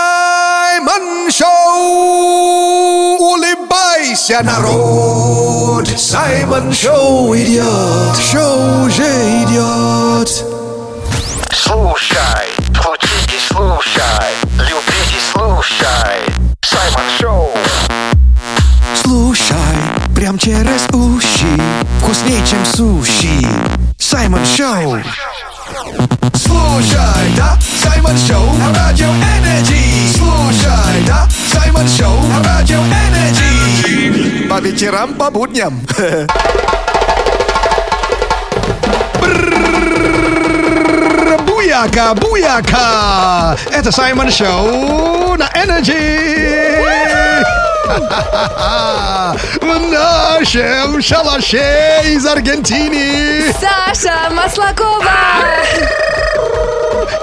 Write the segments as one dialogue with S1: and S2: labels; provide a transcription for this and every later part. S1: Саймон Шоу! Улыбайся, народ! Саймон Шоу идет! Шоу уже идет!
S2: Слушай, включите, слушай, любите, слушай. Саймон Шоу.
S3: Слушай, прям через уши Вкуснее, чем суши Саймон Шоу
S1: Слушай, да, Саймон Шоу на Радио Энерджи! Слушай, да, Саймон Шоу на Радио Энерджи! По вечерам, по будням!
S4: Буяка, буяка! Это Саймон Шоу на Energy! В нашем шалаше из Аргентины!
S5: Саша Маслакова!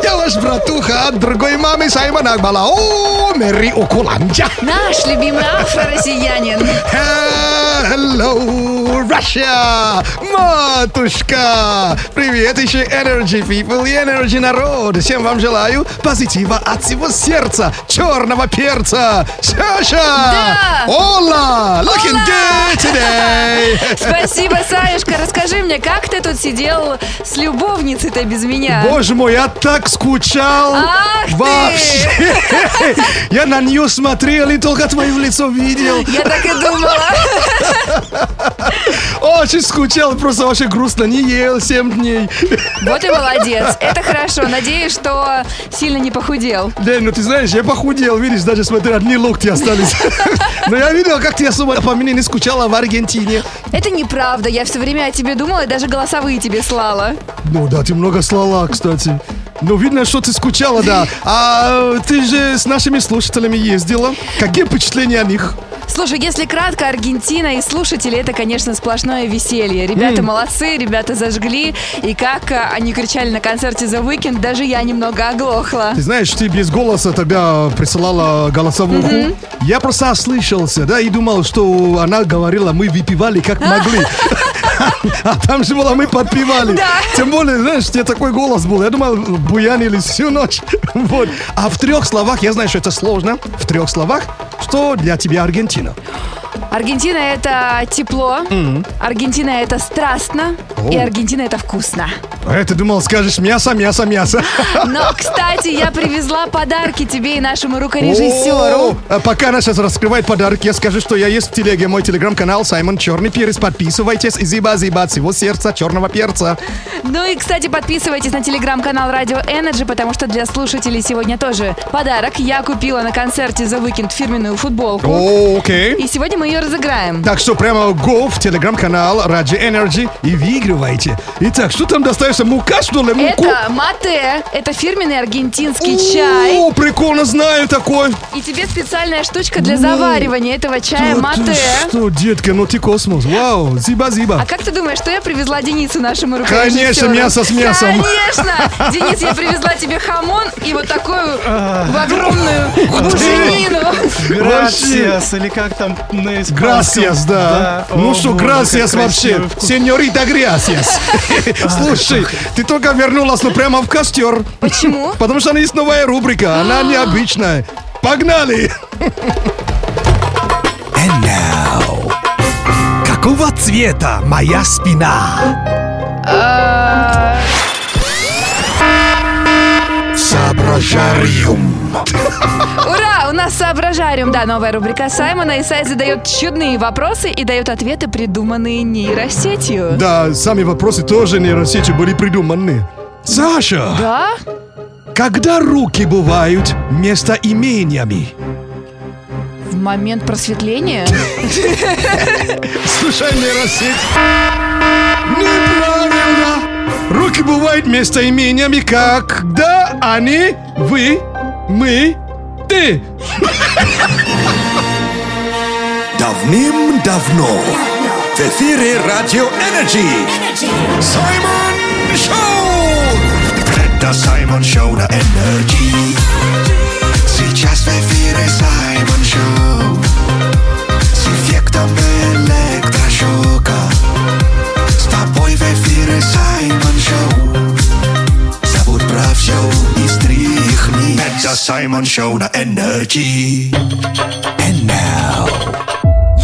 S4: Я ваш братуха от другой мамы Саймона Акбала. О, Мэри Окуланджа!
S5: Наш любимый афро-россиянин.
S4: Hello, Russia! Матушка! Привет еще Energy People и Energy народ! Всем вам желаю позитива от всего сердца, черного перца! Саша!
S5: Да!
S4: Ола! Looking
S5: Ола!
S4: good today!
S5: Спасибо, Саюшка. Расскажи мне, как ты тут сидел с любовницей-то без меня?
S4: Боже мой, я так скучал!
S5: Ах ты!
S4: Вообще! Я на нее смотрел и только твое лицо видел.
S5: Я так и думала.
S4: Очень скучал, просто вообще грустно. Не ел 7 дней.
S5: Вот и молодец. Это хорошо. Надеюсь, что сильно не похудел.
S4: Дэн, ну ты знаешь, я похудел, видишь, даже смотри, одни локти остались. Но я видел, как ты особо по мне не скучала в Аргентине.
S5: Это неправда. Я все время о тебе думала и даже голосовые тебе слала.
S4: Ну да, ты много слала, кстати. Ну, видно, что ты скучала, да. А ты же с нашими слушателями ездила. Какие впечатления о них?
S5: Слушай, если кратко, Аргентина и слушатели, это, конечно, сплошное веселье. Ребята молодцы, ребята зажгли. И как а, они кричали на концерте The Weekend, даже я немного оглохла.
S4: Ты знаешь, ты без голоса тебя присылала голосовуху. Я просто ослышался, да, и думал, что она говорила, мы выпивали как могли. А там же было, мы подпевали.
S5: Да.
S4: Тем более, знаешь, у тебя такой голос был. Я думал, буянили всю ночь. Вот. А в трех словах, я знаю, что это сложно, в трех словах, что для тебя Аргентина.
S5: Аргентина это тепло, Аргентина это страстно, и
S4: Оу.
S5: Аргентина это вкусно.
S4: А я ты думал, скажешь мясо, мясо, мясо.
S5: Но, кстати, я привезла подарки тебе и нашему
S4: О,
S5: рукорежиссеру.
S4: а Пока она сейчас раскрывает подарок, я скажу, что я есть в телеге. Мой телеграм-канал Саймон Черный Перец. Подписывайтесь. Зиба, зиба, от всего сердца черного перца.
S5: Ну и, кстати, подписывайтесь на телеграм-канал Радио Energy, потому что для слушателей сегодня тоже подарок. Я купила на концерте The Weekend фирменную футболку.
S4: О, окей.
S5: И сегодня мы ее разыграем.
S4: Так что прямо go в телеграм-канал Раджи Energy и выигрывайте. Итак, что там достается? Мука, что ли? Муку?
S5: Это мате, это фирменный аргентинский
S4: О,
S5: чай.
S4: прикольно, знаю такой.
S5: И тебе специальная штучка для заваривания этого чая
S4: Да Ну,
S5: Э,
S4: ты
S5: мате.
S4: Что, детка, ну ты космос. Вау, зиба-зиба.
S5: А как ты думаешь, что я привезла Денису нашему рукорежиссеру?
S4: Конечно, мясо с мясом.
S5: Конечно! Денис, я привезла тебе хамон и вот такую
S4: А,
S5: в огромную буженину.
S6: Грасиас, или как там на испанском?
S4: Грасиас, да. ну
S6: О,
S4: что,
S6: боже,
S4: грасиас
S6: как
S4: вообще.
S6: красиво и вкусно.
S4: Сеньорита грасиас. Слушай, ты только вернулась, но прямо в костер.
S5: Почему?
S4: Потому что она есть новая рубрика,
S6: А.
S4: она необычная. Погнали!
S1: And now. Какого цвета моя спина?
S6: А.
S1: Соображариум.
S5: Ура! У нас соображариум, да, новая рубрика Саймона. И Сайт задает чудные вопросы и дает ответы, придуманные нейросетью.
S4: Да, сами вопросы тоже нейросети были придуманы. Саша,
S5: Да?
S4: когда руки бывают местоимениями?
S5: В момент просветления?
S4: Слушай, нейросеть. Неправильно. Руки бывают местоимениями, когда они, вы, мы, ты.
S1: Давным-давно в эфире Радио Энерджи Саймон Шоу! Это Саймон Шоу на Энерджи Сейчас в эфире Саймон Шоу С эффектом электрошока С тобой в эфире Саймон Шоу Забудь про все и стряхни Это
S3: Это Саймон Шоу на Energy. And now...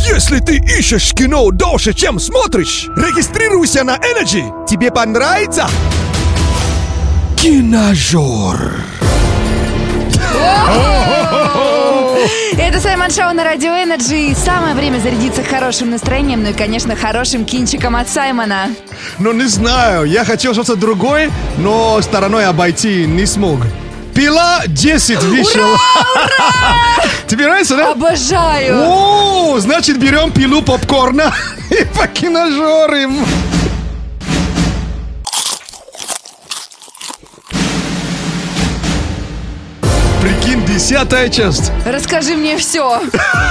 S4: Если ты ищешь кино дольше, чем смотришь, регистрируйся на Energy. Тебе понравится? Киножор.
S5: Это Саймон Шоу на Радио Энерджи. Самое время зарядиться хорошим настроением, ну и, конечно, хорошим кинчиком от Саймона.
S4: Ну, не знаю, я хотел что-то другое, но стороной обойти не смог. Пила 10 вышел. Тебе нравится, да?
S5: Обожаю.
S4: О, значит, берем пилу попкорна и по киножорим. Прикинь, десятая часть.
S5: Расскажи мне все.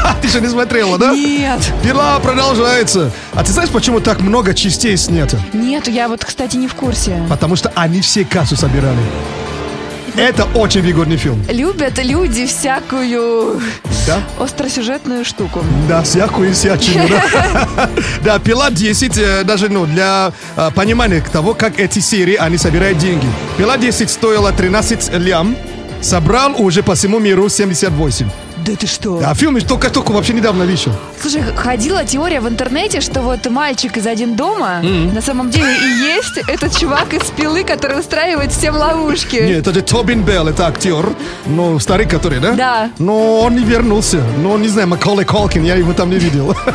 S4: А, ты же не смотрела, да?
S5: Нет.
S4: Пила продолжается. А ты знаешь, почему так много частей снято?
S5: Нет, я вот, кстати, не в курсе.
S4: Потому что они все кассу собирали. Это очень выгодный фильм.
S5: Любят люди всякую
S4: Да?
S5: остросюжетную штуку.
S4: Да, всякую всячину, да. Да, «Пила 10», э, даже, ну, для э, понимания того, как эти серии, они собирают деньги. «Пила 10» стоила 13 лям, собрал уже по всему миру 78.
S5: Да ты что?
S4: А фильм только-только вообще недавно вышел.
S5: Слушай, ходила теория в интернете, что вот мальчик из один дома на самом деле и есть этот чувак из пилы, который устраивает всем ловушки.
S4: Нет, это же Тобин Белл, это актер, ну, старик который, да?
S5: Да.
S4: Но он не вернулся. Ну, не знаю, Макколе Колкин, я его там не видел.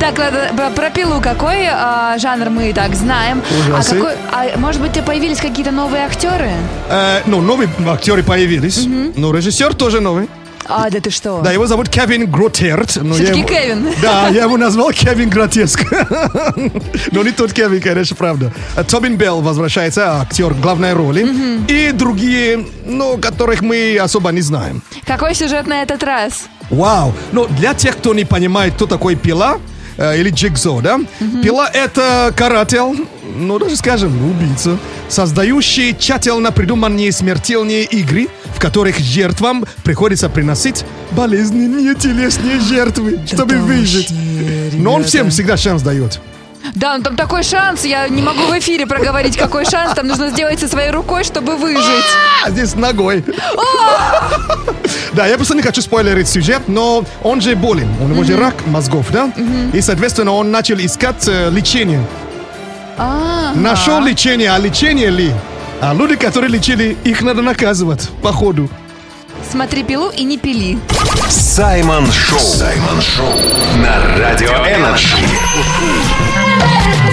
S5: Так, ладно, про- про пилу какой а, жанр мы и так знаем. А,
S4: Ужасы.
S5: какой, а может быть, появились какие-то новые актеры?
S4: Э, Ну, новые актеры появились. Ну, режиссер тоже новый.
S5: А, да ты что?
S4: Да, его зовут Кевин Гротерт. но я
S5: Все-таки
S4: его-
S5: Кевин.
S4: Да, я его назвал Кевин Гротеск. Но не тот Кевин, конечно, правда. А Тобин Белл возвращается, актер главной роли. И другие, ну, которых мы особо не знаем.
S5: Какой сюжет на этот раз?
S4: Вау! Но для тех, кто не понимает, кто такой пила, э, или джигзо, да? Пила — это каратель, ну, даже скажем, убийца, создающий тщательно придуманные смертельные игры, в которых жертвам приходится приносить болезненные телесные жертвы, чтобы
S5: да
S4: выжить.
S5: вообще,
S4: Но он
S5: ребята.
S4: всем всегда шанс дает.
S5: Да, ну там такой шанс, я не могу в эфире проговорить, какой шанс там нужно сделать со своей рукой, чтобы выжить.
S4: А, здесь ногой. Да, я просто не хочу спойлерить сюжет, но он же болен. У него же рак мозгов, да? И, соответственно, он начал искать э, лечение.
S5: А,
S4: Нашел лечение, а лечение ли? А люди, которые лечили, их надо наказывать, походу.
S5: смотри пилу и не пили.
S7: Саймон Шоу. Саймон Шоу на Радио Энерджи.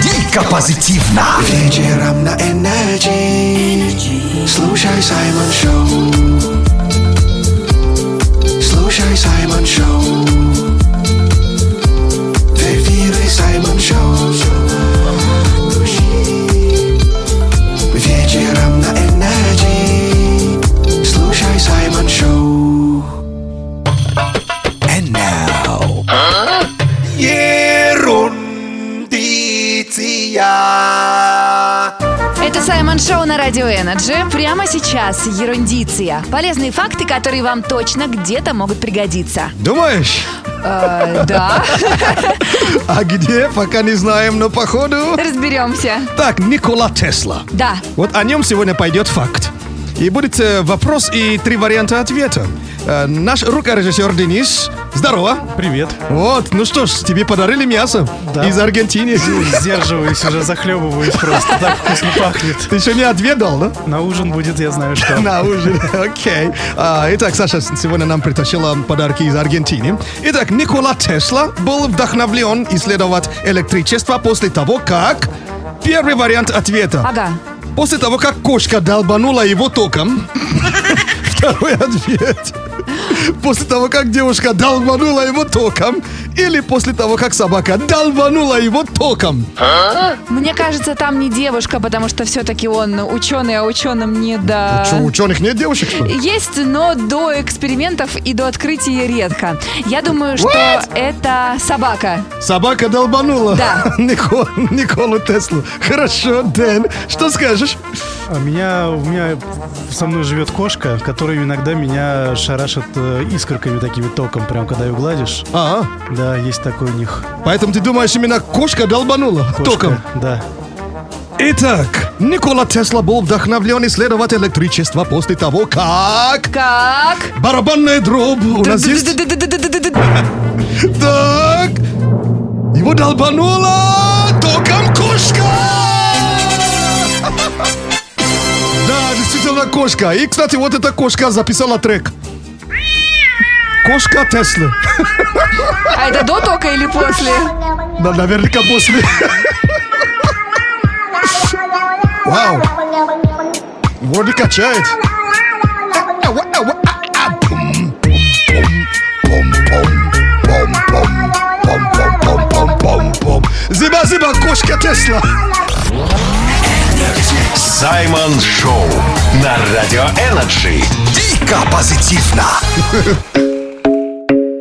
S7: Дико позитивно.
S3: Вечером на Energy. Слушай Саймон Шоу. Слушай Саймон Шоу. В эфире Саймон Шоу. Вечером на Energy. Слушай Саймон Шоу. And now. Ерундиция.
S5: Это Саймон Шоу на Радио Энерджи. Прямо сейчас ерундиция. Полезные факты, которые вам точно где-то могут пригодиться.
S4: Думаешь?
S5: Э, да,
S4: А где, пока не знаем, но походу...
S5: разберемся.
S4: Так, Никола Тесла.
S5: Да,
S4: Вот о нем сегодня пойдет факт. И будет э, вопрос и три варианта ответа. Э, наш рукорежиссер Денис. Здорово.
S6: Привет.
S4: Вот, ну что ж, тебе подарили мясо
S6: Да.
S4: из Аргентины.
S6: Сдерживаюсь уже, захлебываюсь просто. Так вкусно пахнет.
S4: Ты еще не отведал, да?
S6: На ужин будет, я знаю, что.
S4: На ужин, окей. А, Итак, Саша сегодня нам притащила подарки из Аргентины. Итак, Никола Тесла был вдохновлен исследовать электричество после того, как... Первый вариант ответа.
S5: ага.
S4: После того, как кошка долбанула его током. Второй ответ. После того, как девушка долбанула его током. Или после того, как собака долбанула его током.
S5: Мне кажется, там не девушка, потому что все-таки он ученый, а ученым не до...
S4: А Что, у ученых нет девушек, что ли?
S5: Есть, но до экспериментов и до открытия редко. Я думаю, что это собака.
S4: Собака долбанула.
S5: Да.
S4: Нико- Николу Теслу. Хорошо, Дэн. Что скажешь?
S6: А меня, у меня со мной живет кошка, которая иногда меня шарашит э, искорками такими током, прям когда ее гладишь.
S4: А,
S6: Да, есть такой у них.
S4: поэтому ты думаешь, именно кошка долбанула
S6: кошка.
S4: током?
S6: Да.
S4: Итак, Никола Тесла был вдохновлен исследовать электричество после того, как...
S5: Как?
S4: Барабанная дробь у нас есть. Так, его долбанула током кошка! Да, действительно кошка. И, кстати, вот эта кошка записала трек. Кошка Тесла.
S5: А это до тока или после?
S4: Да, наверняка после. Вау. Вроде качает. Зиба-зиба, кошка Тесла.
S7: Саймон Шоу на Радио Энерджи.
S3: Дико позитивно.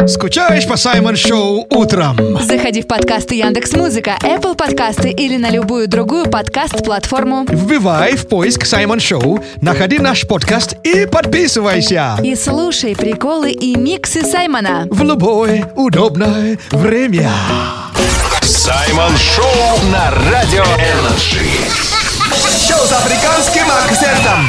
S4: Скучаешь по Саймон Шоу утром?
S5: Заходи в подкасты Яндекс Музыка, Apple подкасты или на любую другую подкаст-платформу.
S4: Вбивай в поиск Саймон Шоу, находи наш подкаст и подписывайся.
S5: И слушай приколы и миксы Саймона.
S4: В любое удобное время.
S7: Саймон Шоу на Радио Энерджи.
S3: Шоу с африканским акцентом.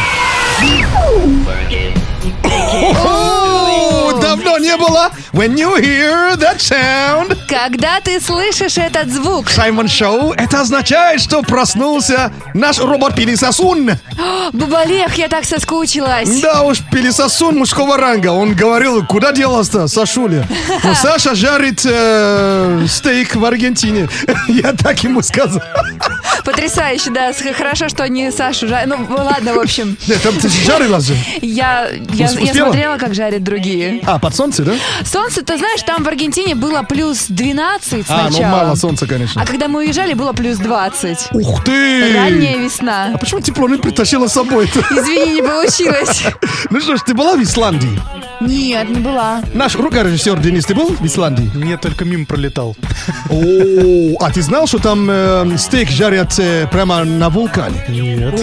S4: О, Давно не было. When you hear that sound,
S5: Когда ты слышишь этот звук,
S4: Саймон Шоу, это означает, что проснулся наш робот-пилисосун.
S5: «О, Бабалех, я так соскучилась.
S4: Да уж, пилисосун мужского ранга. Он говорил, куда делась-то, Сашуля? Но Саша жарит э, стейк в Аргентине. Я так ему сказал.
S5: Потрясающе, да. с- Хорошо, что не Сашу. жа- Ну, ладно, в общем.
S4: Нет, там ты жарила же.
S5: Я, я,
S4: Ус-
S5: я
S4: успела?
S5: смотрела, как жарят другие.
S4: А, под солнце, да?
S5: Солнце, ты знаешь, там в Аргентине было плюс 12 сначала.
S4: А, ну мало солнца, конечно.
S5: А когда мы уезжали, было плюс 20.
S4: Ух ты!
S5: Ранняя весна.
S4: А почему тепло не притащила с собой-то?
S5: Извини, не получилось.
S4: Ну что ж, ты была в Исландии?
S5: Нет, не была.
S4: Наш рукорежиссер Денис, ты был в Исландии?
S6: Мне только мимо пролетал.
S4: О, а ты знал, что там э, стейк жарят э, прямо на вулкане?
S6: Нет.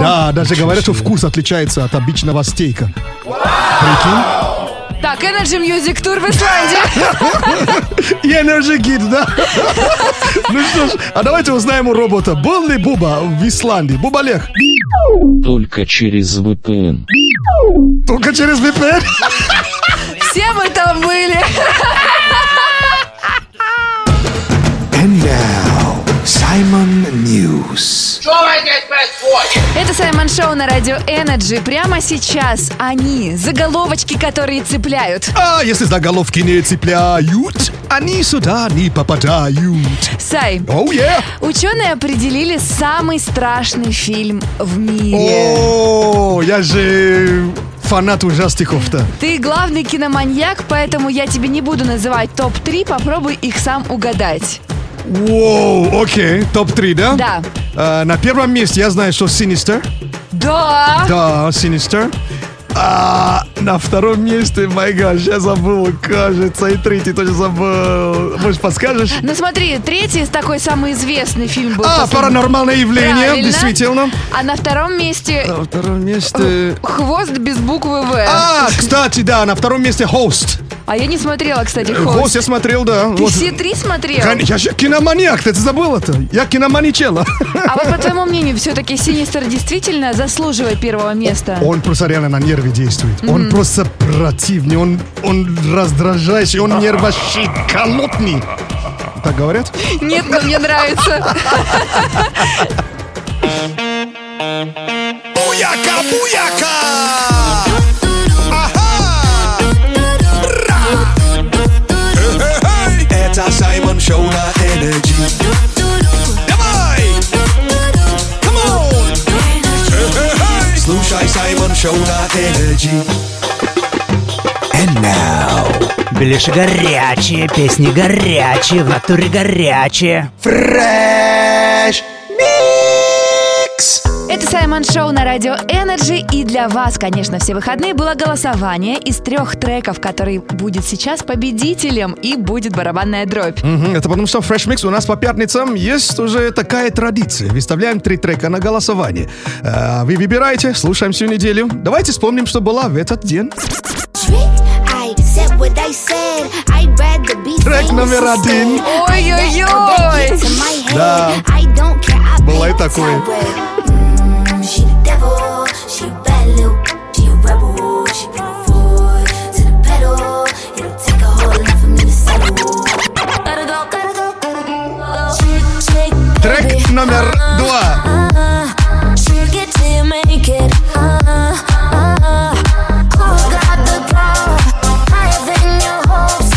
S4: Да, даже говорят, что вкус отличается от обычного стейка.
S5: Так, Energy Music Tour в Исландии.
S4: И Energy Kid, да? Ну что ж, а давайте узнаем у робота, был ли Буба в Исландии? Буба Олег,
S8: Только через VPN.
S4: только через VPN.
S5: Все мы там были.
S3: And now, Simon News.
S5: Это Саймон Шоу на Радио Energy. Прямо сейчас они, заголовочки, которые цепляют.
S4: А если заголовки не цепляют, они сюда не попадают.
S5: Сай,
S4: Оу, е!
S5: ученые определили самый страшный фильм в мире.
S4: О, я же фанат ужастиков-то.
S5: Ты главный киноманьяк, поэтому я тебе не буду называть топ-3, попробуй их сам угадать.
S4: Воу, окей, топ-3, да?
S5: Да.
S4: Э, на первом месте я знаю, что Sinister.
S5: Да!
S4: Да, Sinister. А на втором месте, май гаш, я забыл, кажется, и третий тоже забыл. Может, подскажешь?
S5: Ну смотри, третий такой самый известный фильм был.
S4: А,
S5: последний.
S4: паранормальное явление,
S5: Правильно.
S4: действительно.
S5: А на втором месте
S4: На втором месте...
S5: хвост без буквы В.
S4: А, кстати, да, на втором месте хост.
S5: А я не смотрела, кстати,
S4: Хост,
S5: хвост.
S4: я смотрел, да.
S5: Ты
S4: Вот.
S5: все три смотрел?
S4: Кон- Я же киноманьяк, ты забыл это? Я киноманичела.
S5: А вот по твоему мнению, все-таки Синистер действительно заслуживает первого места?
S4: Он просто реально на нервы действует. Он просто противный, он, он раздражающий, он нервощеколотный. Так говорят?
S5: Нет, но мне нравится.
S3: Буяка, буяка! Ага! Ра! Э-э-эй! Это Саймон Шоу на Энерджи. Давай! Come on! Э-э-эй! Слушай Саймон Шоу на Энерджи. And now,
S9: Ближе горячие, песни горячие, в натуре горячие.
S3: Fresh Mix!
S5: Это Саймон Шоу на Радио Energy. И для вас, конечно, все выходные было голосование из трех треков, который будет сейчас победителем и будет барабанная дробь.
S4: Мгм, Это потому что в Fresh Mix у нас по пятницам есть уже такая традиция. Выставляем три трека на голосование. Э, Вы выбираете, слушаем всю неделю. Давайте вспомним, что была в этот день.
S10: tricked. I said what I said. I'd rather be
S4: Трек
S10: famous
S4: номер
S10: instead.
S4: один.
S10: That could get
S5: Ой-ой-ой.
S10: to my head.
S4: Да.
S10: I don't care. I
S4: Было и такое.
S10: Mm, She devil, she bad little, she a rebel, she put her foot to the pedal. It'll take a whole lot for me to settle. Gotta go, gotta go, gotta go. Shake, shake,
S4: Трек
S10: baby.
S4: номер два.
S10: Uh-uh. Shake it till you make it. Uh-uh, uh-uh. You got the power, higher than your hopes.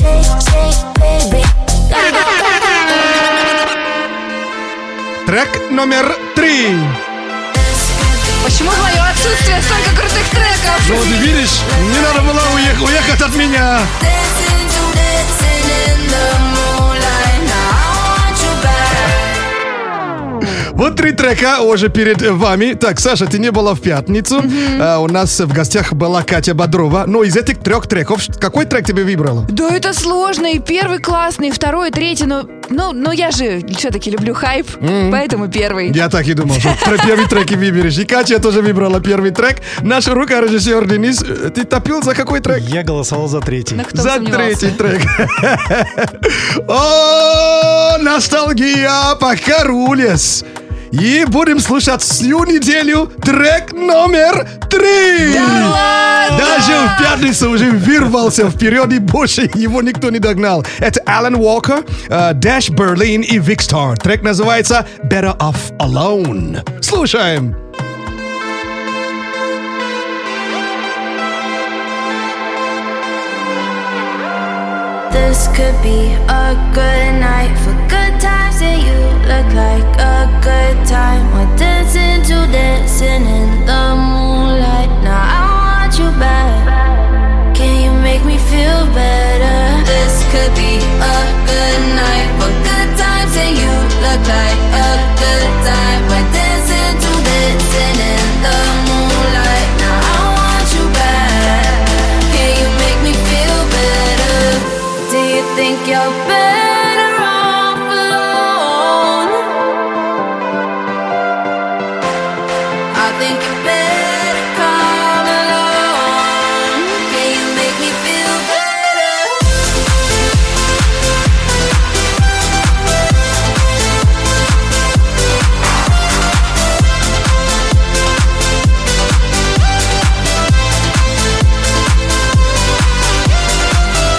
S10: Shake, shake, baby. Gotta go, gotta go.
S4: Трек номер три.
S5: Почему твое отсутствие столько крутых треков?
S4: Ну вот видишь, не надо было уех- уехать от меня.
S10: Dancing to dancing in the moonlight. Now I want you back.
S4: Вот три трека уже перед вами. Так, Саша, ты не была в пятницу. А, у нас в гостях была Катя Бодрова. Но из этих трех треков, ш- какой трек тебе выбрала?
S5: Да это сложно, и первый классный, и второй, и третий, но, ну, но я же все-таки люблю хайп, поэтому первый.
S4: Я так и думал, что тр- первый трек и выберешь. И Катя тоже выбрала первый трек. Наш рукорежиссер Денис, э, ты топил за какой трек?
S6: Я голосовал за третий.
S5: Ну, кто бы
S4: за
S5: сомневался.
S4: третий трек. О, ностальгия по Карулес. И будем слушать всю неделю трек номер три. Даже в пятницу уже вырвался вперед, и больше его никто не догнал. Это Алан Уокер, э, Dash Berlin и Викстар. Трек называется Better Off Alone. Слушаем.
S10: This could be a good night for good times, and you look like a good time. We're dancing to dancing in the moonlight. Now I want you back. Can you make me feel better? This could be a good night for good times, and you look like a good time. We're dancing to dancing in the moonlight. Now I want you back. Can you make me feel better? Do you think you're better off alone? I think you better come along. Can you make me feel better?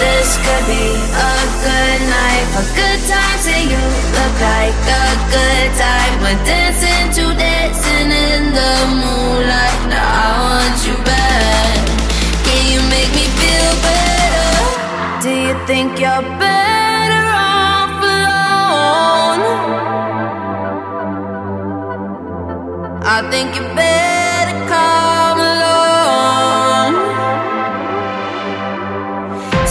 S10: This could be a good night for good times, and you look like a good time. We're dancing to dancing in the moonlight. Now I want you back. Can you make me feel better? Do you think you're better off alone? I think you better come along.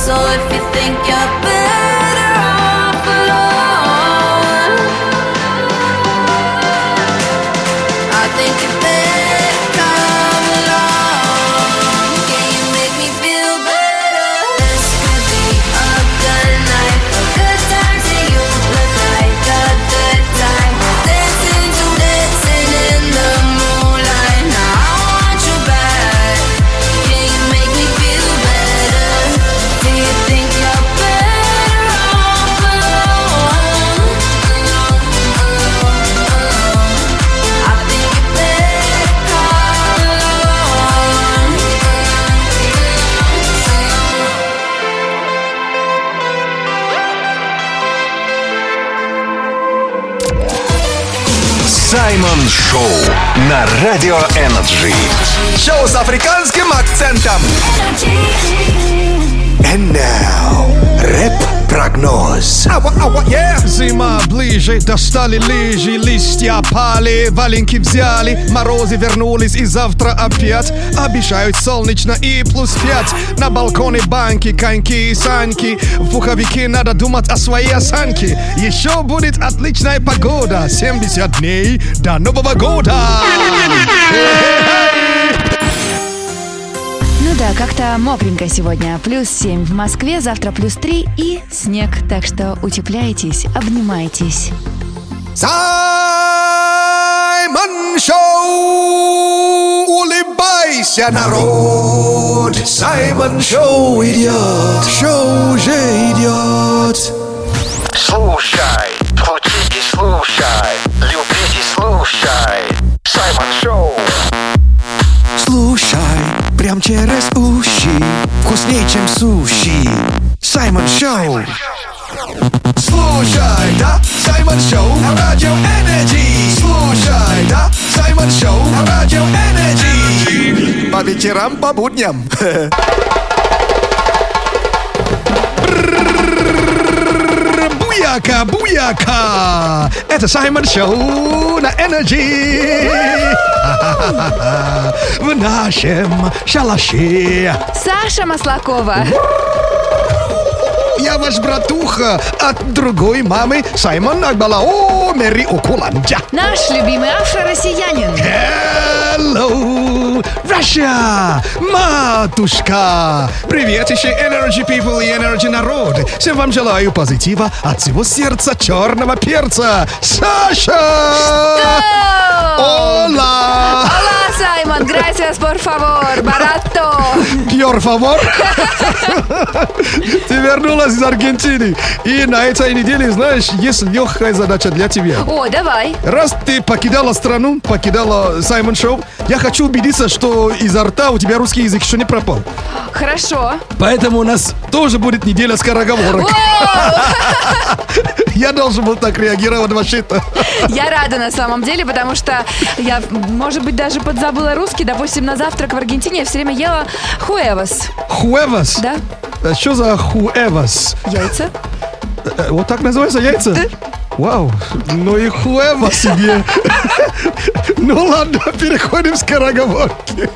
S10: So if you think you're better off alone, I think you better come along. Can you make me feel better? This could be a good night for good times, and you look like a good time. We're dancing to dancing in the moonlight. Now I want you back. Can you make me feel better? Do you think you're better off alone? I think you better come along.
S7: Саймон Шоу на Радио Энерджи.
S1: Шоу с африканским акцентом.
S3: And now, рэп-прогноз.
S1: Ава, ава, yeah.
S4: Зима ближе, достали лыжи, листья пали, валенки взяли, морозы вернулись и завтра опять обещают солнечно и плюс пять. На балконе банки, коньки и санки, в пуховике надо думать о своей осанке. Еще будет отличная погода, 70 дней до Нового года.
S5: Ну да, как-то мокренько сегодня. Плюс 7 в Москве, завтра плюс 3 и снег. Так что утепляйтесь, обнимайтесь.
S1: Саймон Шоу! Улыбайся, народ! Саймон Шоу идет! Шоу уже идет!
S2: Слушай, включи и слушай, люби
S3: Суши вкуснее, чем суши. Саймон Шоу.
S1: Слушай, да, Саймон Шоу на Радио Энерджи. Слушай, да, Саймон Шоу на Радио Энерджи. По вечерам, по будням.
S4: Буяка, буяка! Это Саймон Шоу на Энерджи! В нашем шалаше!
S5: Саша Маслакова.
S4: Я ваш братуха от другой мамы Саймон Акбалао Мэри Окуланджа.
S5: Наш любимый афро-россиянин.
S4: Hello, Russia, матушка! Привет еще Energy People и Energy народ! Всем вам желаю позитива от всего сердца черного перца! Саша! Ола!
S5: Hola, Саймон, gracias, por favor, barato.
S4: Пьер фавор! Ты вернулась из Аргентины. И на этой неделе, знаешь, есть легкая задача для тебя.
S5: О, давай.
S4: Раз ты покидала страну, покидала Саймон Шоу, я хочу убедиться, что изо рта у тебя русский язык еще не пропал.
S5: Хорошо.
S4: Поэтому у нас тоже будет неделя скороговорок. Я должен был так реагировать вообще-то.
S5: Я рада на самом деле, потому что я, может быть, даже подзабыла русский. Допустим, на завтрак в Аргентине я все время ела хуэвас.
S4: Хуэвас?
S5: Да.
S4: А Что за хуэвас?
S5: Яйца.
S4: Э, Вот так называются яйца? Вау, ну и хуэва себе. Ну ладно, переходим к скороговорке.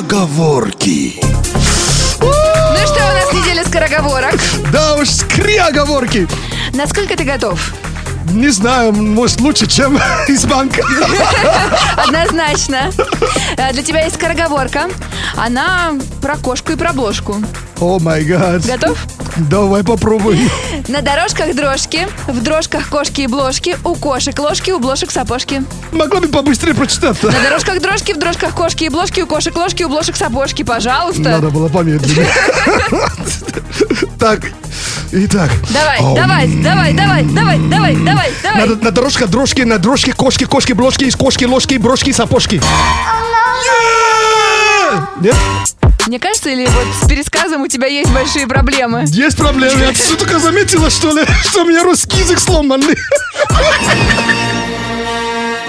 S3: Скороговорки.
S5: Ну и что у нас неделя скороговорок?
S4: Да уж, скряговорки.
S5: Насколько ты готов?
S4: Не знаю, может лучше, чем из банка.
S5: Однозначно. Э, Для тебя есть скороговорка. Она про кошку и про блошку.
S4: О май гад.
S5: Готов?
S4: Давай попробуем.
S5: На дорожках дрожки, в дрожках кошки и блошки, у кошек ложки, у блошек сапожки.
S4: Могла бы побыстрее прочитать-то?
S5: На дорожках дрожки, в дрожках кошки и блошки, у кошек ложки, у блошек сапожки. Пожалуйста.
S4: Надо было помедленнее. Так, итак.
S5: Давай,
S4: Ом.
S5: давай, давай, давай, давай, давай, давай, давай.
S4: Надо на дорожка, дрожки, на дрожке, кошки, кошки, брошки, из кошки, ложки, брошки, сапожки. Нет?
S5: Мне кажется, или вот с пересказом у тебя есть большие проблемы.
S4: Есть проблемы. Я что только заметила, что ли, что у меня русский язык сломанный.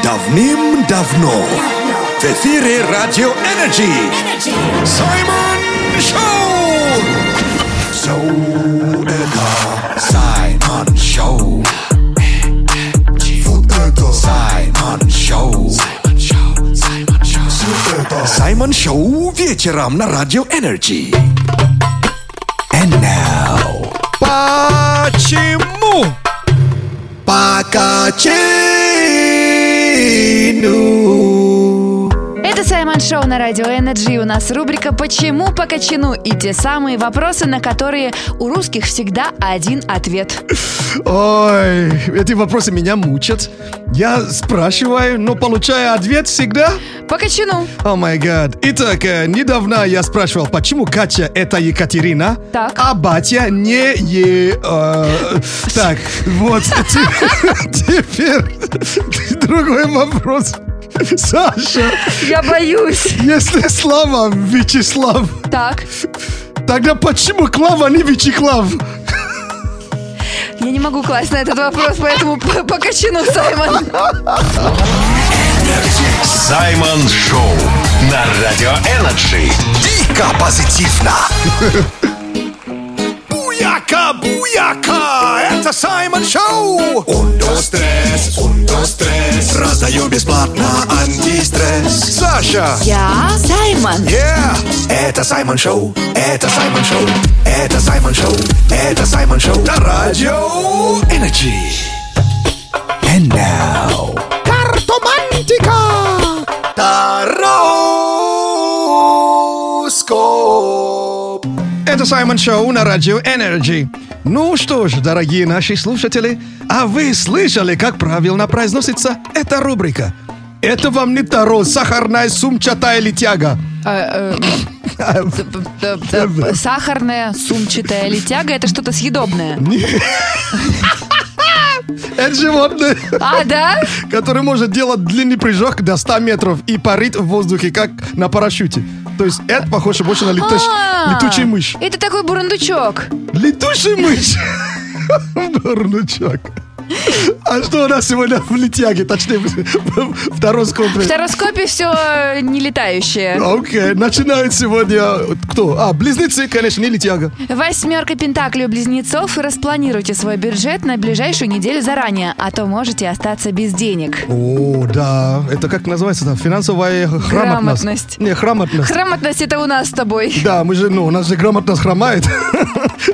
S3: Давным-давно в эфире Радио Энерджи. Саймон Шоу.
S1: So это Саймон Шоу. Вот это Саймон Шоу. Всё это
S3: Саймон Шоу вечером на Радио Энерджи. And now.
S4: Почему?
S3: Покачину.
S5: Это Саймон Шоу на Радио Энерджи. У нас рубрика «Почему по качану?» и те самые вопросы, на которые у русских всегда один ответ.
S4: Ой, эти вопросы меня мучат. Я спрашиваю, но получаю ответ всегда.
S5: По качану.
S4: О май гад. Итак, э, недавно я спрашивал, почему Катя это Екатерина,
S5: Так.
S4: а батя не е... э, так, вот. те- Теперь другой вопрос. Саша,
S5: Я боюсь.
S4: если Слава Вячеслав,
S5: Так,
S4: тогда почему Клава не Вячеслав?
S5: я не могу класть на этот вопрос, поэтому по по качану, Саймон.
S7: Саймон Шоу на Радио Энерджи.
S3: Дико позитивно. Буяка, буяка, это Саймон Шоу. Ундо стресс, ундо стресс. Раздаю бесплатно антистресс. Саша.
S5: Я Саймон.
S3: Yeah. Это Саймон Шоу, это Саймон Шоу, это Саймон Шоу, это Саймон Шоу на радио Energy. And now. Картомантика. Тароскоп.
S4: Это Саймон Шоу на Радио Энерджи. Ну что ж, дорогие наши слушатели, а вы слышали, как правильно произносится эта рубрика? Это вам не Таро, сахарная сумчатая летяга.
S5: Сахарная сумчатая летяга – это что-то съедобное.
S4: Это животное.
S5: А, да?
S4: Который может делать длинный прыжок до 100 метров и парит в воздухе, как на парашюте. То есть это похоже больше на летач-
S5: А,
S4: летучий мышь.
S5: Это такой бурундучок.
S4: Летучий мышь! Бурнучок. А что у нас сегодня в летяге? Точнее, в
S5: В
S4: комплекс.
S5: тароскопе все не летающее.
S4: Окей, начинает сегодня кто? А, близнецы, конечно, не летяга.
S5: Восьмерка Пентаклей у близнецов. Распланируйте свой бюджет на ближайшую неделю заранее, а то можете остаться без денег.
S4: О, да, это как называется там? Финансовая грамотность.
S5: Грамотность.
S4: Не, грамотность.
S5: Грамотность это у нас с тобой.
S4: Да, мы же, ну, у нас же грамотность хромает.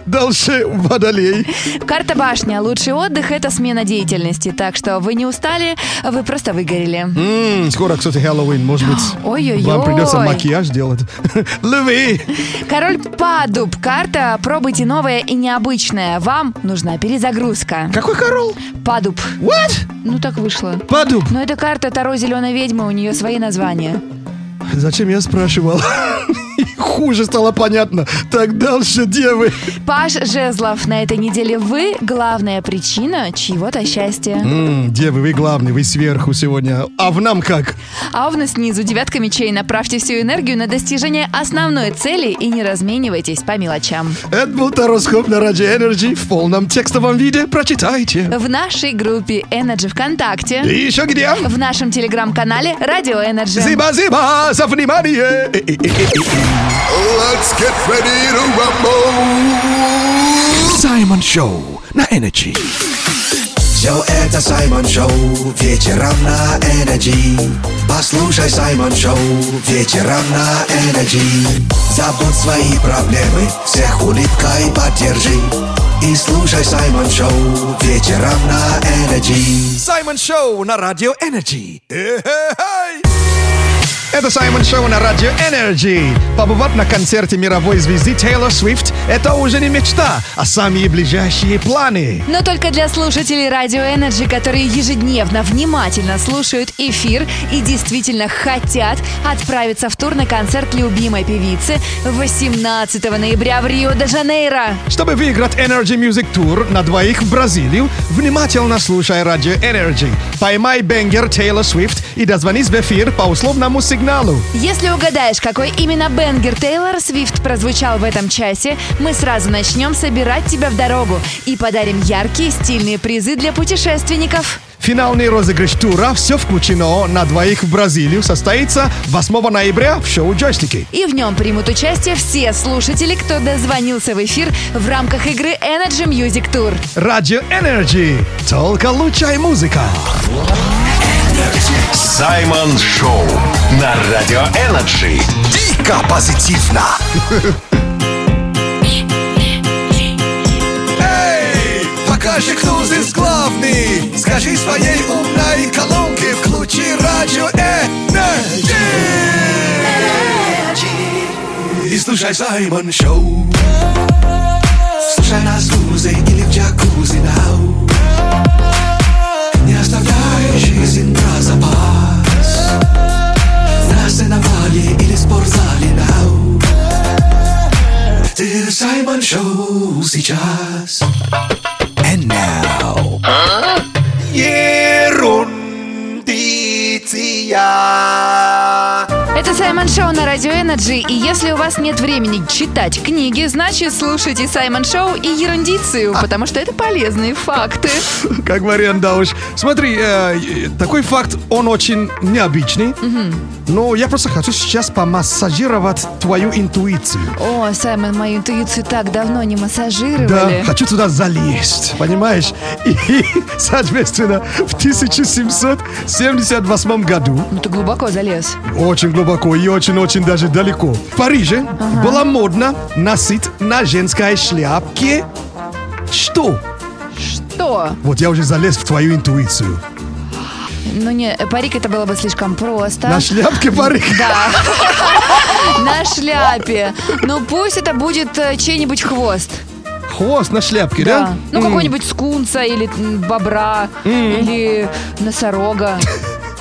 S4: Дальше водолей.
S5: Карта башня. Лучший отдых это смена деятельности. Так что вы не устали, вы просто выгорели.
S4: М, скоро, кстати, Хэллоуин, может быть.
S5: Ой-ой-ой.
S4: Вам придется макияж делать. Лови!
S5: Король Падуб. Карта пробуйте новое и необычное. Вам нужна перезагрузка.
S4: Какой король?
S5: Падуб.
S4: What?
S5: Ну так вышло.
S4: Падуб.
S5: Но это карта Таро Зеленой Ведьмы, у нее свои названия.
S4: Зачем я спрашивал? И Хуже стало понятно. Так дальше, девы.
S5: Паш Жезлов, на этой неделе вы главная причина чьего-то счастья.
S4: М, Девы, вы главный, вы сверху сегодня. А в нам как?
S5: Овны А снизу, девятка мечей, направьте всю энергию на достижение основной цели и не разменивайтесь по мелочам.
S4: Это был Тароскоп на Радио Энерджи в полном текстовом виде. Прочитайте.
S5: В нашей группе Energy
S4: И
S5: ВКонтакте,
S4: еще где?
S5: в нашем телеграм-канале Радио Energy.
S4: Зиба-зиба за внимание! Э, э, э, э,
S1: Let's get ready to rumble.
S3: Саймон Шоу на Энерджи.
S1: Все это Саймон Шоу вечером на Энерджи. uh, Послушай Саймон Шоу вечером на Энерджи. uh, Забудь свои проблемы, всех улыбкой поддержи. И слушай Саймон Шоу вечером на Энерджи.
S3: Саймон Шоу на Радио Энерджи.
S4: Это Саймон Шоу на Радио Энерджи. Побывать на концерте мировой звезды Тейлор Свифт – это уже не мечта, а самые ближайшие планы.
S5: Но только для слушателей Радио Energy, которые ежедневно внимательно слушают эфир и действительно хотят отправиться в тур на концерт любимой певицы 18 ноября в Рио-де-Жанейро.
S4: Чтобы выиграть Energy Music Tour на двоих в Бразилию, внимательно слушай Радио Energy. Поймай бенгер Тейлор Свифт и дозвонись в эфир по условному сигналу.
S5: Если угадаешь, какой именно бенгер Тейлор Свифт прозвучал в этом часе, мы сразу начнем собирать тебя в дорогу и подарим яркие стильные призы для путешественников.
S4: Финальный розыгрыш тура «Все включено» на двоих в Бразилию состоится 8 ноября в шоу «Джойстики».
S5: И в нем примут участие все слушатели, кто дозвонился в эфир в рамках игры Energy Music Tour.
S4: Радио Energy. Только лучшая музыка.
S7: Саймон Шоу на Радио Энерджи.
S3: Дико позитивно.
S1: Эй, покажи, кто здесь главный Скажи своей умной колонке Включи радио Энерджи И слушай Саймон Шоу Слушай нас в лузе или в джакузи now. Не оставляй жизнь про запас На сеновале или спортзале now. Ты Саймон Шоу сейчас
S3: And now.
S1: Ерундиция.
S5: Это Саймон Шоу на Радио Энерджи, и если у вас нет времени читать книги, значит слушайте Саймон Шоу и ерундицию, потому что это полезные факты.
S4: Как вариант, да уж. Смотри, э, э, такой факт, он очень необычный. Но я просто хочу сейчас помассажировать твою интуицию.
S5: О, Саймон, мою интуицию так давно не
S4: Да,
S5: массажировали.
S4: хочу туда залезть, понимаешь? И, соответственно, в 1778 году,
S5: Ну ты глубоко залез.
S4: очень глубоко и очень-очень даже далеко, в Париже было модно носить на женской шляпке что?
S5: Что?
S4: Вот я уже залез в твою интуицию.
S5: Ну не, парик это было бы слишком просто.
S4: На шляпке парик.
S5: Да. На шляпе. Ну пусть это будет э, чей-нибудь хвост.
S4: Хвост на шляпке, да?
S5: Ну
S4: М.
S5: какой-нибудь скунца или м, бобра или носорога.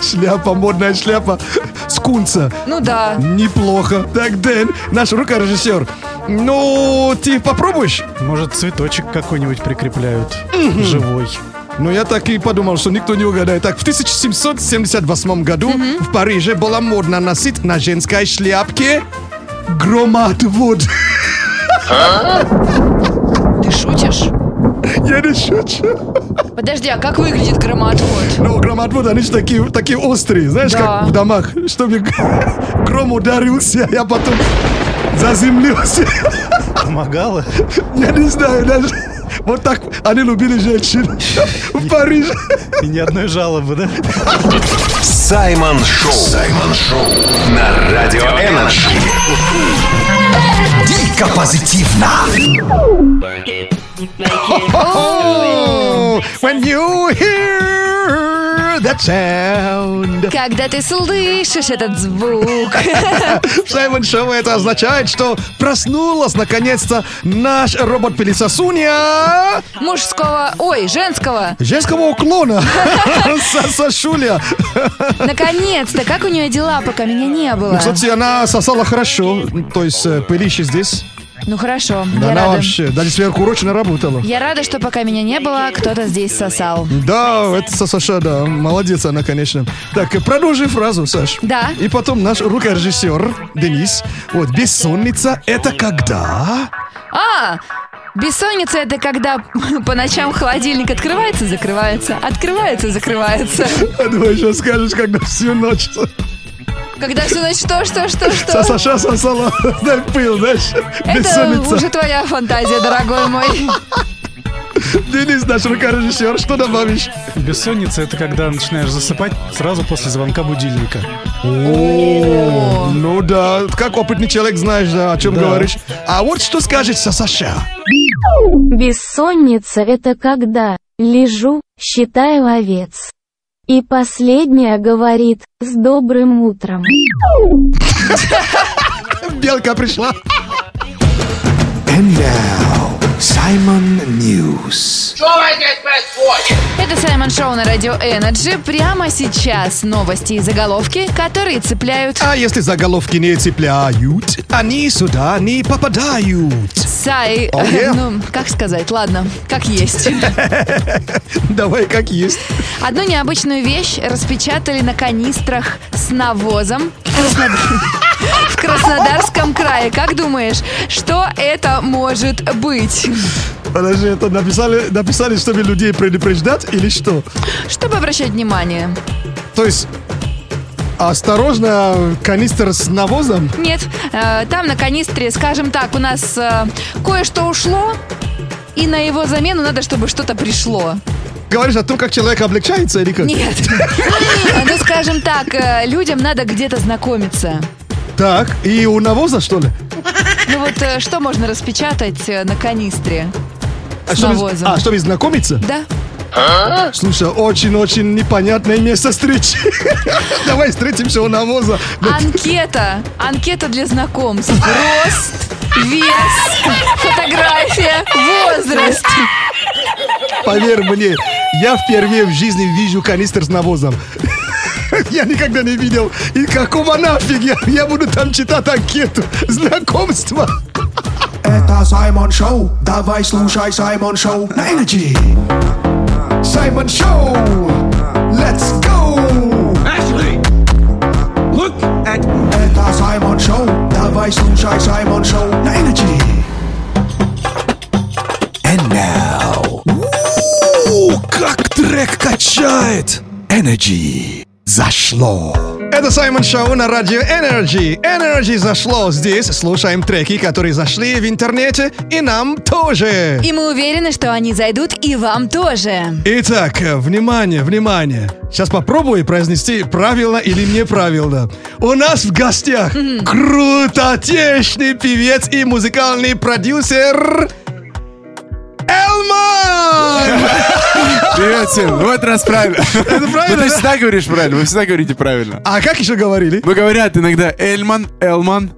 S4: Шляпа, модная шляпа. Скунца.
S5: Ну да.
S4: Неплохо. Так, Дэн, наш рукорежиссер. Ну, ты попробуешь?
S6: Может, цветочек какой-нибудь прикрепляют живой.
S4: Но Ну, я так и подумал, что никто не угадает. Так, в 1778 году в Париже было модно носить на женской шляпке громоотвод.
S5: Ты шутишь?
S4: Я не шучу.
S5: Подожди, а как выглядит громоотвод?
S4: Но громоотводы, они же такие, такие острые, знаешь,
S5: Да.
S4: как в домах, чтобы г- гром ударился, я потом заземлился.
S6: Помогало?
S4: Я не знаю, даже вот так они любили женщин в Париже.
S6: И ни одной жалобы, да?
S7: Саймон Шоу. Саймон Шоу на Радио Энерджи.
S3: Дико позитивно.
S4: Oh, when you hear that sound.
S5: Когда ты слышишь этот звук.
S4: В Саймон Шоу это означает, что проснулась наконец-то наш робот-пылесосуня
S5: Мужского, ой, женского.
S4: женского уклона. Са- Сашуля.
S5: Наконец-то, как у нее дела, пока меня не было?
S4: Ну, Кстати, она сосала хорошо, то есть э, пылище здесь.
S5: Ну хорошо,
S4: Да
S5: я
S4: она
S5: рада.
S4: вообще даже сверхурочно работала.
S5: Я рада, что пока меня не было, кто-то здесь сосал.
S4: Да, это Са- Саша, да, молодец она, конечно. Так, э, продолжи фразу, Саш.
S5: Да.
S4: И потом наш рукорежиссер Денис. Вот, бессонница — это когда?
S5: А, бессонница это когда по ночам холодильник открывается, закрывается, открывается, закрывается.
S4: Я думаю, сейчас А скажешь, когда всю ночь
S5: Когда всю ночь что, что, что,
S4: Са-
S5: что.
S4: Саша сосала да, пыл, знаешь,
S5: Это
S4: бессонница.
S5: уже твоя фантазия, дорогой мой.
S4: Денис, наш рукорежиссер, что добавишь?
S6: Бессонница — это когда начинаешь засыпать сразу после звонка будильника.
S4: О, ну да, как опытный человек знаешь, да, о чем
S6: Да.
S4: говоришь. А вот что скажет Са- Саша.
S11: Бессонница – это когда лежу, считаю овец. И последняя говорит «С добрым утром».
S4: Белка пришла.
S3: And now, Simon News.
S5: Это Саймон Шоу на Радио Энерджи. Прямо сейчас новости и заголовки, которые цепляют
S4: А если заголовки не цепляют, они сюда не попадают.
S5: Сай...
S4: Oh, yeah.
S5: Ну, как сказать, ладно, как есть.
S4: Давай как есть.
S5: Одну необычную вещь распечатали на канистрах с навозом в Краснод- в Краснодарском крае. Как думаешь, что это может быть?
S4: Подожди, это написали, написали, чтобы людей предупреждать или что?
S5: Чтобы обращать внимание.
S4: То есть, осторожно, канистр с навозом.
S5: Нет, э, там на канистре, скажем так, у нас э, кое-что ушло, и на его замену надо, чтобы что-то пришло.
S4: Говоришь о том, как человек облегчается или как?
S5: Нет. Ну, скажем так, э, людям надо где-то знакомиться.
S4: Так, и у навоза, что ли?
S5: Ну вот э, что можно распечатать э, на канистре?
S4: А
S5: С
S4: чтобы-
S5: навозом.
S4: а, чтобы знакомиться?
S5: Да?
S4: Слушай, очень-очень непонятное место встречи. Давай встретимся у навоза.
S5: А Анкета. Анкета для знакомств. Рост, вес, фотография, возраст.
S4: Поверь мне, я впервые в жизни вижу канистр с навозом. Я никогда не видел. И какого нафиг я, я буду там читать анкету. Знакомство.
S1: Это Саймон Шоу. Давай слушай Саймон Шоу на Энерджи. Саймон Шоу. Let's go. Это Саймон Шоу. Давай слушай Саймон Шоу на Энерджи.
S3: And now. Ууу, как трек качает. Energy. Зашло.
S4: Это Саймон Шоу на радио Energy. Energy зашло здесь. Слушаем треки, которые зашли в интернете. И нам тоже.
S5: И мы уверены, что они зайдут и вам тоже.
S4: Итак, э, внимание, внимание. Сейчас попробую произнести правильно или неправильно. У нас в гостях крутотечный певец и музыкальный продюсер Элман!
S12: Привет всем. Ну, это раз правильно.
S4: Это
S12: Ну,
S4: правильно?
S12: ты
S4: да?
S12: всегда говоришь правильно. Вы всегда говорите правильно.
S4: А как еще говорили?
S12: Ну, говорят иногда Эльман, Элман,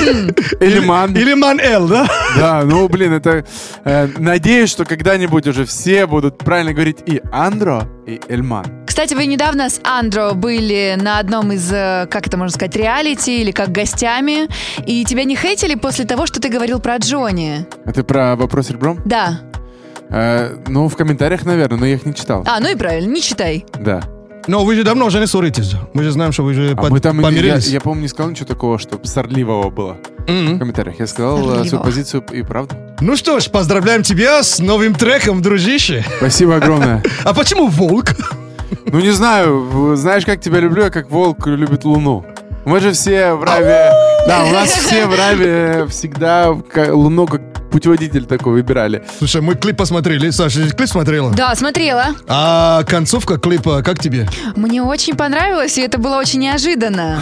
S11: Хм.
S12: Эльман.
S4: Или Ман-Эл, да?
S12: Да, ну, блин, это... э, Надеюсь, что когда-нибудь уже все будут правильно говорить и Андро, и Эльман.
S5: Кстати, вы недавно с Андро были на одном из, э, как это можно сказать, реалити или как гостями. И тебя не хейтили после того, что ты говорил про Джонни?
S12: А ты про вопрос ребром?
S5: Да.
S12: Э, ну, в комментариях, наверное, но я их не читал.
S5: А, ну и правильно, не читай.
S12: Да.
S4: Но вы же давно уже не ссоритесь. Мы же знаем, что вы же
S12: А
S4: под-
S12: мы там, я,
S4: помирились.
S12: я, по-моему, не сказал ничего такого, что сорливого было в комментариях. Я сказал э, свою
S4: Сорливого.
S12: позицию и правду.
S4: Ну что ж, поздравляем тебя с новым треком, дружище.
S12: Спасибо огромное.
S4: А почему волк?
S12: Ну, не знаю, в- знаешь, как тебя люблю, я как волк любит луну. Мы же все в Раве... Да, у нас все в Раве всегда ка- луну как путеводитель такой выбирали.
S4: Слушай, мы клип посмотрели. Саша, клип смотрела?
S5: Да, смотрела.
S4: А концовка клипа как тебе?
S5: Мне очень понравилось, и это было очень неожиданно.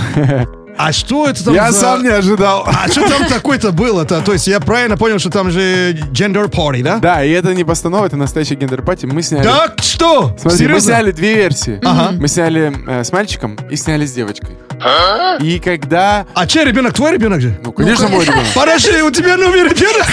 S4: А что это там
S12: Я
S4: за-
S12: сам не ожидал.
S4: А что там такое-то было-то? То есть я правильно понял, что там же gender party, да?
S12: Да, и это не постанова, это настоящая гендер-пати. Мы сняли...
S4: Да что?
S12: Смотри, Типа, мы
S4: Серьезно?
S12: сняли две версии.
S4: Ага.
S12: Мы сняли э, с мальчиком и сняли с девочкой. И когда...
S4: А чей ребенок? Твой ребенок же?
S12: Ну, конечно, мой ребенок.
S4: Подожди, у тебя новый ребенок?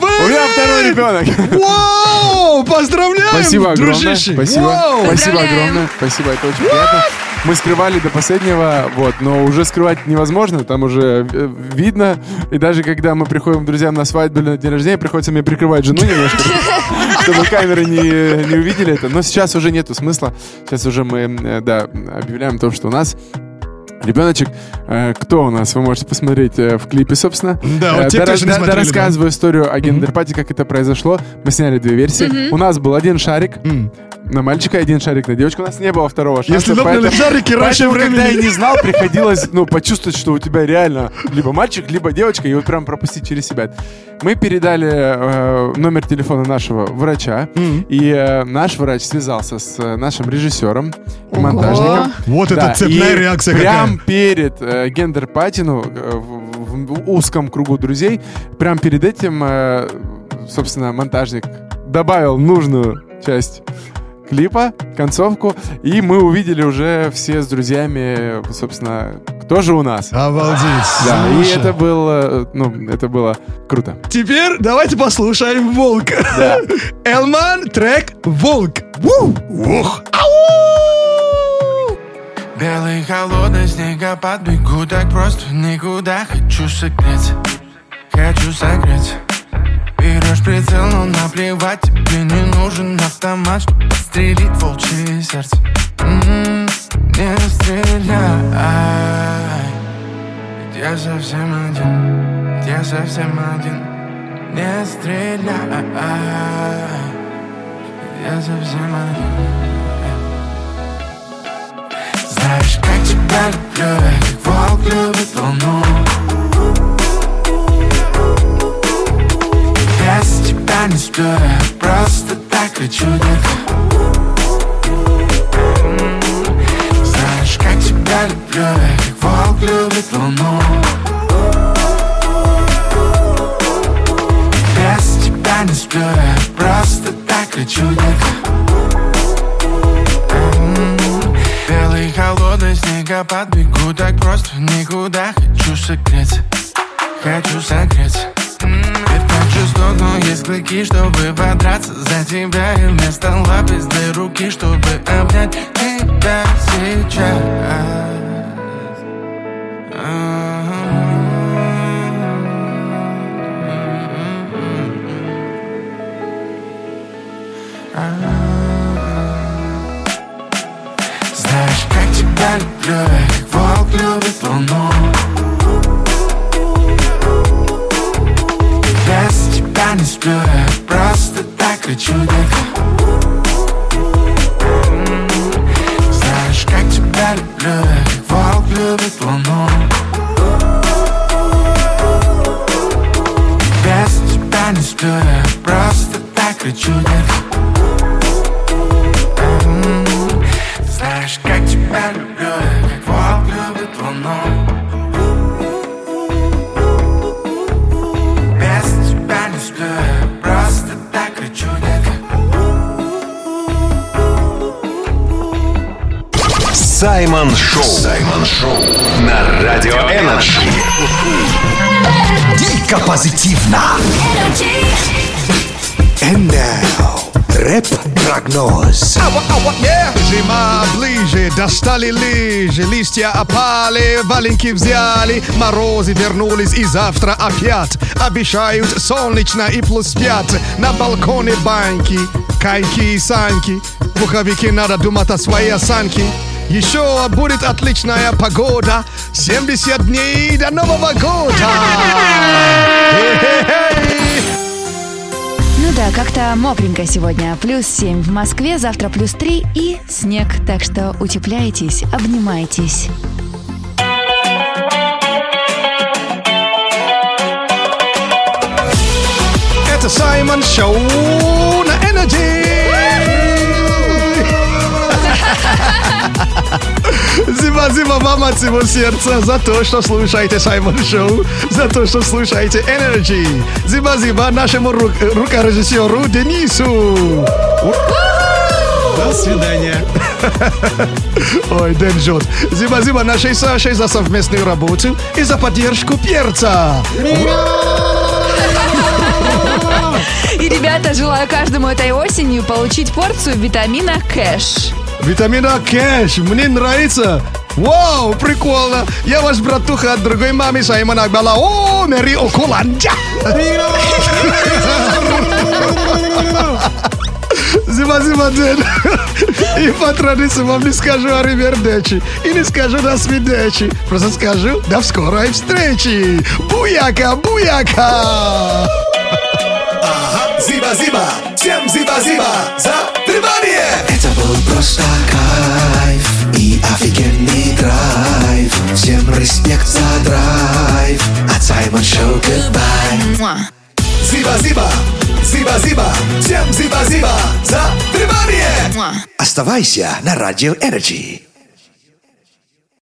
S12: У меня второй ребенок.
S4: Вау! Поздравляем,
S12: Спасибо огромное.
S4: дружище!
S12: Спасибо.
S4: Вау!
S12: Спасибо огромное. Спасибо, это очень приятно. Мы скрывали до последнего, вот, но уже скрывать невозможно, там уже э, видно. И даже когда мы приходим к друзьям на свадьбу или на день рождения, приходится мне прикрывать жену немножко, чтобы камеры не, не увидели это. Но сейчас уже нету смысла. Сейчас уже мы, э, да, объявляем то, что у нас Ребеночек, э, кто у нас? Вы можете посмотреть э, в клипе, собственно. Э,
S4: Да, вот те, кто
S12: раз-
S4: же не смотрели, да.
S12: рассказываю историю о гендерпате, как это произошло. Мы сняли две версии.
S4: Мгм.
S12: У нас был один шарик на мальчика и один шарик на девочку. У нас не было второго шанса.
S4: Если лопнули
S12: поэтому-
S4: шарики раньше
S12: поэтому,
S4: времени.
S12: когда я не знал, приходилось ну, почувствовать, что у тебя реально либо мальчик, либо девочка, и вот прям пропустить через себя. Мы передали э, номер телефона нашего врача, и э, наш врач связался с э, нашим режиссером, и монтажником.
S4: Вот это цепная
S12: и
S4: реакция
S12: Прям перед э, гендер-пати, ну, э, в, в- в узком кругу друзей, прям перед этим, э, собственно, монтажник добавил нужную часть клипа, концовку, и мы увидели уже все с друзьями, собственно, кто же у нас.
S4: Обалдеть.
S12: Да, и
S4: Слушай.
S12: это было, э, ну, это было круто.
S4: Теперь давайте послушаем волка. Элман трек «Волк». Ву! Ух!
S13: Белый холодный снегопад Бегу так просто никуда Хочу согнать, хочу согреть Берешь прицел, но наплевать Тебе не нужен автомат Чтобы подстрелить волчье сердце М, Не стреляй Я совсем один Я совсем один Не стреляй Я совсем один Знаешь, как тебя люблю, я как волк любит луну Без тебя не сплю, я просто так кричу, детка М. Знаешь, как тебя люблю, я как волк любит луну Без тебя не сплю, я просто так кричу, детка М. Белый холодный снегопад Бегу так просто никуда Хочу согреться, хочу согреться М-м-м. М, Теперь так жесток, но есть клыки Чтобы подраться за тебя И вместо лап из две руки Чтобы обнять тебя сейчас Знаешь, как тебя люблю, я как волк любит луну Без тебя не сплю, я просто так кричу, детка М. Знаешь, как тебя люблю, я как волк любит луну Без тебя не сплю, я просто так кричу, детка М. Знаешь, как тебя люблю, я как волк любит луну Без тебя не сплю, я просто так кричу, детка
S7: Саймон Шоу. Саймон Шоу на Радио Энерджи.
S3: Дико позитивно. And now,
S1: Рэп-прогноз.
S4: Зима ближе, достали лыжи, листья опали, валенки взяли, морозы вернулись и завтра опять. Обещают солнечно и плюс пять, на балконе баньки, кайки и санки. Пуховики надо думать о своей осанке. Еще будет отличная погода, 70 дней до Нового года. Хе-хе-хей.
S5: Ну да, как-то мокренько сегодня. Плюс 7 в Москве, завтра плюс 3 и снег. Так что утепляйтесь, обнимайтесь.
S4: Это Саймон Шоу на Energy. Зима-зима вам от всего сердца за то, что слушаете Саймон Шоу, за то, что слушаете Energy. Зима-зима нашему ру- рукорежиссеру Денису. До свидания. Ой, Дэн жжет. Зима-зима нашей Сашей за совместную работу и за поддержку перца.
S5: И, ребята, желаю каждому этой осенью получить порцию витамина кэш.
S4: Витамина Кэш, мне нравится. Вау, прикольно. Я ваш братуха от другой мамы Саймона Акбала. О, Мэри Окуланджа. Зима, зима, дед. И по традиции вам не скажу о и не скажу до свидечи. Просто скажу до скорой встречи. Буяка, буяка.
S1: Ага, зиба-зиба, всем зиба-зиба за внимание! Это был просто кайф и офигенный драйв. Всем респект за драйв. От Саймон Шоу goodbye. Зиба-зиба, зиба-зиба, всем зиба-зиба за внимание! Оставайся на Радио Энерджи.